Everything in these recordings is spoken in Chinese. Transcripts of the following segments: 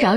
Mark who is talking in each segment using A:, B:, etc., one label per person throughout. A: 扰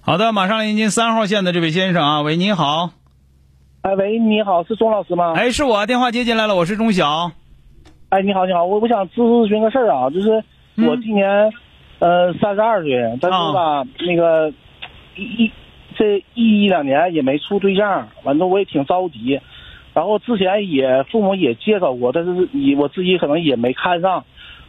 B: 好的，马上连接三号线的这位先生啊，喂，您好，
C: 哎喂，你好，是钟老师吗？
B: 哎，是我，电话接进来了，我是钟晓，
C: 哎，你好，你好，我我想咨询个事儿啊，就是
B: 嗯
C: 我今年、呃三十二岁，但
B: 啊
C: 是吧，那个一一这一一两年也没处对象，完之后我也挺着急，然后之前也父母也介绍过，但是以我自己可能也没看上，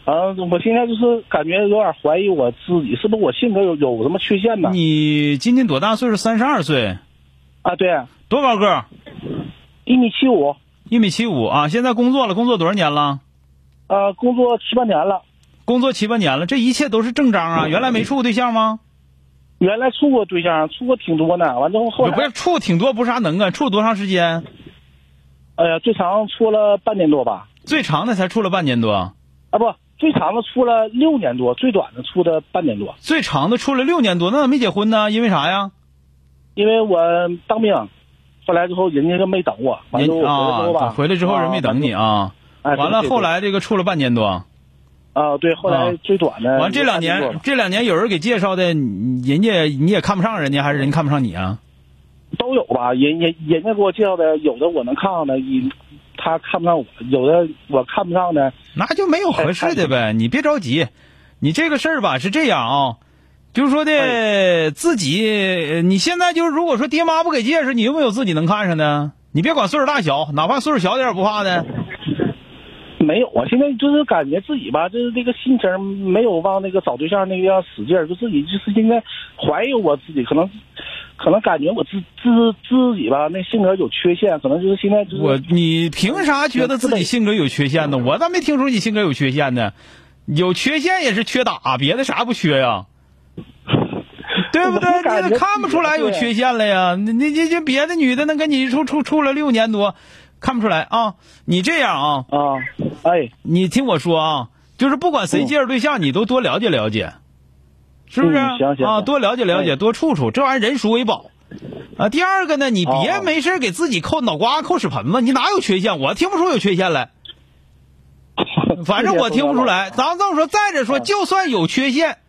C: 完了我现在就是感觉有点怀疑我自己是不是我性格有有什么缺陷呢？
B: 你今年多大岁数？三十二岁，
C: 啊，对，
B: 多高个儿？
C: 一米七五，
B: 一米七五啊，现在工作了，工作多少年了？
C: 呃，工作七八年了，
B: 工作七八年了，这一切都是正章啊。原来没处过对象吗？
C: 原来处过对象，处过挺多呢，完之后后来
B: 不是处挺多，不是啥能啊，处多长时间？
C: 呃，最长处了半年多吧，
B: 最长的才处了半年多，
C: 啊不，最长的处了六年多，最短的处了半年多。
B: 最长的处了六年多，那咋没结婚呢？因为啥呀？
C: 因为我当兵，后来之后人家就没等我，完了我回来之后吧，
B: 啊，回来之后人没等你啊，
C: 啊。
B: 完了后
C: 来
B: 来这个处了半年多。
C: 啊，对，后来最短的
B: 完这两
C: 半多
B: 年
C: 吧，
B: 这两年有人给介绍的，你人家你也看不上人家，还是人家看不上你啊？
C: 都有吧，人人人家给我介绍的，有的我能看上的，一他看不上我，有的我看不上的。
B: 那就没有合适的呗。你别着急，你这个事儿吧是这样啊、就是说的自己，呃你现在就是如果说爹妈不给介绍，你有没有自己能看上的？你别管岁数大小，哪怕岁数小点儿也不怕的。
C: 没有啊，现在就是感觉自己吧，就是这个心情儿没有往那个找对象那个地方使劲儿，就自己就是现在怀疑我自己，可能，可能感觉我自自自己吧，那性格有缺陷，可能就是现在就是呃
B: 我，你凭啥觉得自己性格有缺陷呢？我咋没听出你性格有缺陷呢？有缺陷也是缺打，别的啥不缺呀？对不对？
C: 我感觉
B: 你看不出来有缺陷了呀？你你你这别的女的能跟你处处处了六年多，看不出来啊？你这样啊？
C: 啊，哎，
B: 你听我说啊，就是不管
C: 嗯
B: 谁介绍对象，你都多了解了解，是不是？
C: 嗯行行
B: 啊，
C: 行
B: 多了解了解，
C: 哎
B: 多处处，这玩意儿人孰为宝。啊，第二个呢，你别
C: 哦
B: 没事儿给自己扣脑瓜、扣屎盆子，你哪有缺陷？我听不出有缺陷来， 反正我听不出来。咱们这么说，再者说，
C: 嗯
B: 就算有缺陷，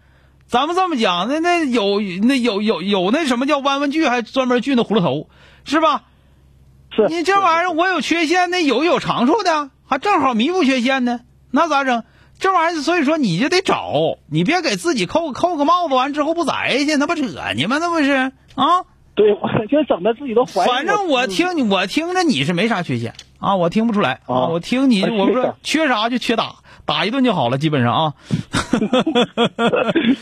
B: 咱们这么讲，那那有那有有有那什么叫弯弯锯，还专门锯那葫芦头，是吧？
C: 是
B: 你这玩意儿，我有缺陷，那有有长处的，还正好弥补缺陷呢，那咋整？这玩意儿，所以说你就得找，你别给自己扣扣个帽子，完之后不摘去，那不扯呢吗？那不是啊？
C: 对，我现在整的自己都怀疑。
B: 反正我，听你，我听着你是没啥缺陷啊，我听不出来啊，
C: 啊
B: 我听你，
C: 啊
B: 我
C: 是
B: 说
C: 的
B: 缺啥就缺打，打一顿就好了，基本上啊。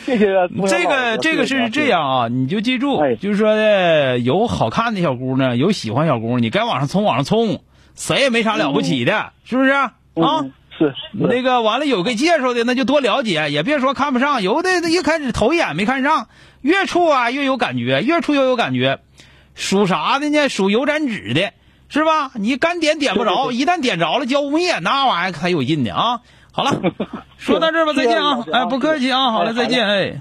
C: 谢 谢啊。
B: 这个这个是这，样啊，你就记住
C: 哎，
B: 就是说的有好看的小姑娘，有喜欢小姑娘，你该往上冲往上冲，谁也没啥了不起的，是不是啊？
C: 嗯，是
B: 那个完了有个介绍的，那就多了解，也别说看不上，有的一开始头一眼没看上，越处啊越有感觉，越处越有感觉。属啥的呢？属油沾纸的，是吧？你干点点不着，
C: 对对对
B: 一旦点着了浇木叶，那玩意儿才有劲呢啊！好 了，说到这儿吧，再见啊！哎，不客气啊，好了，再见，哎。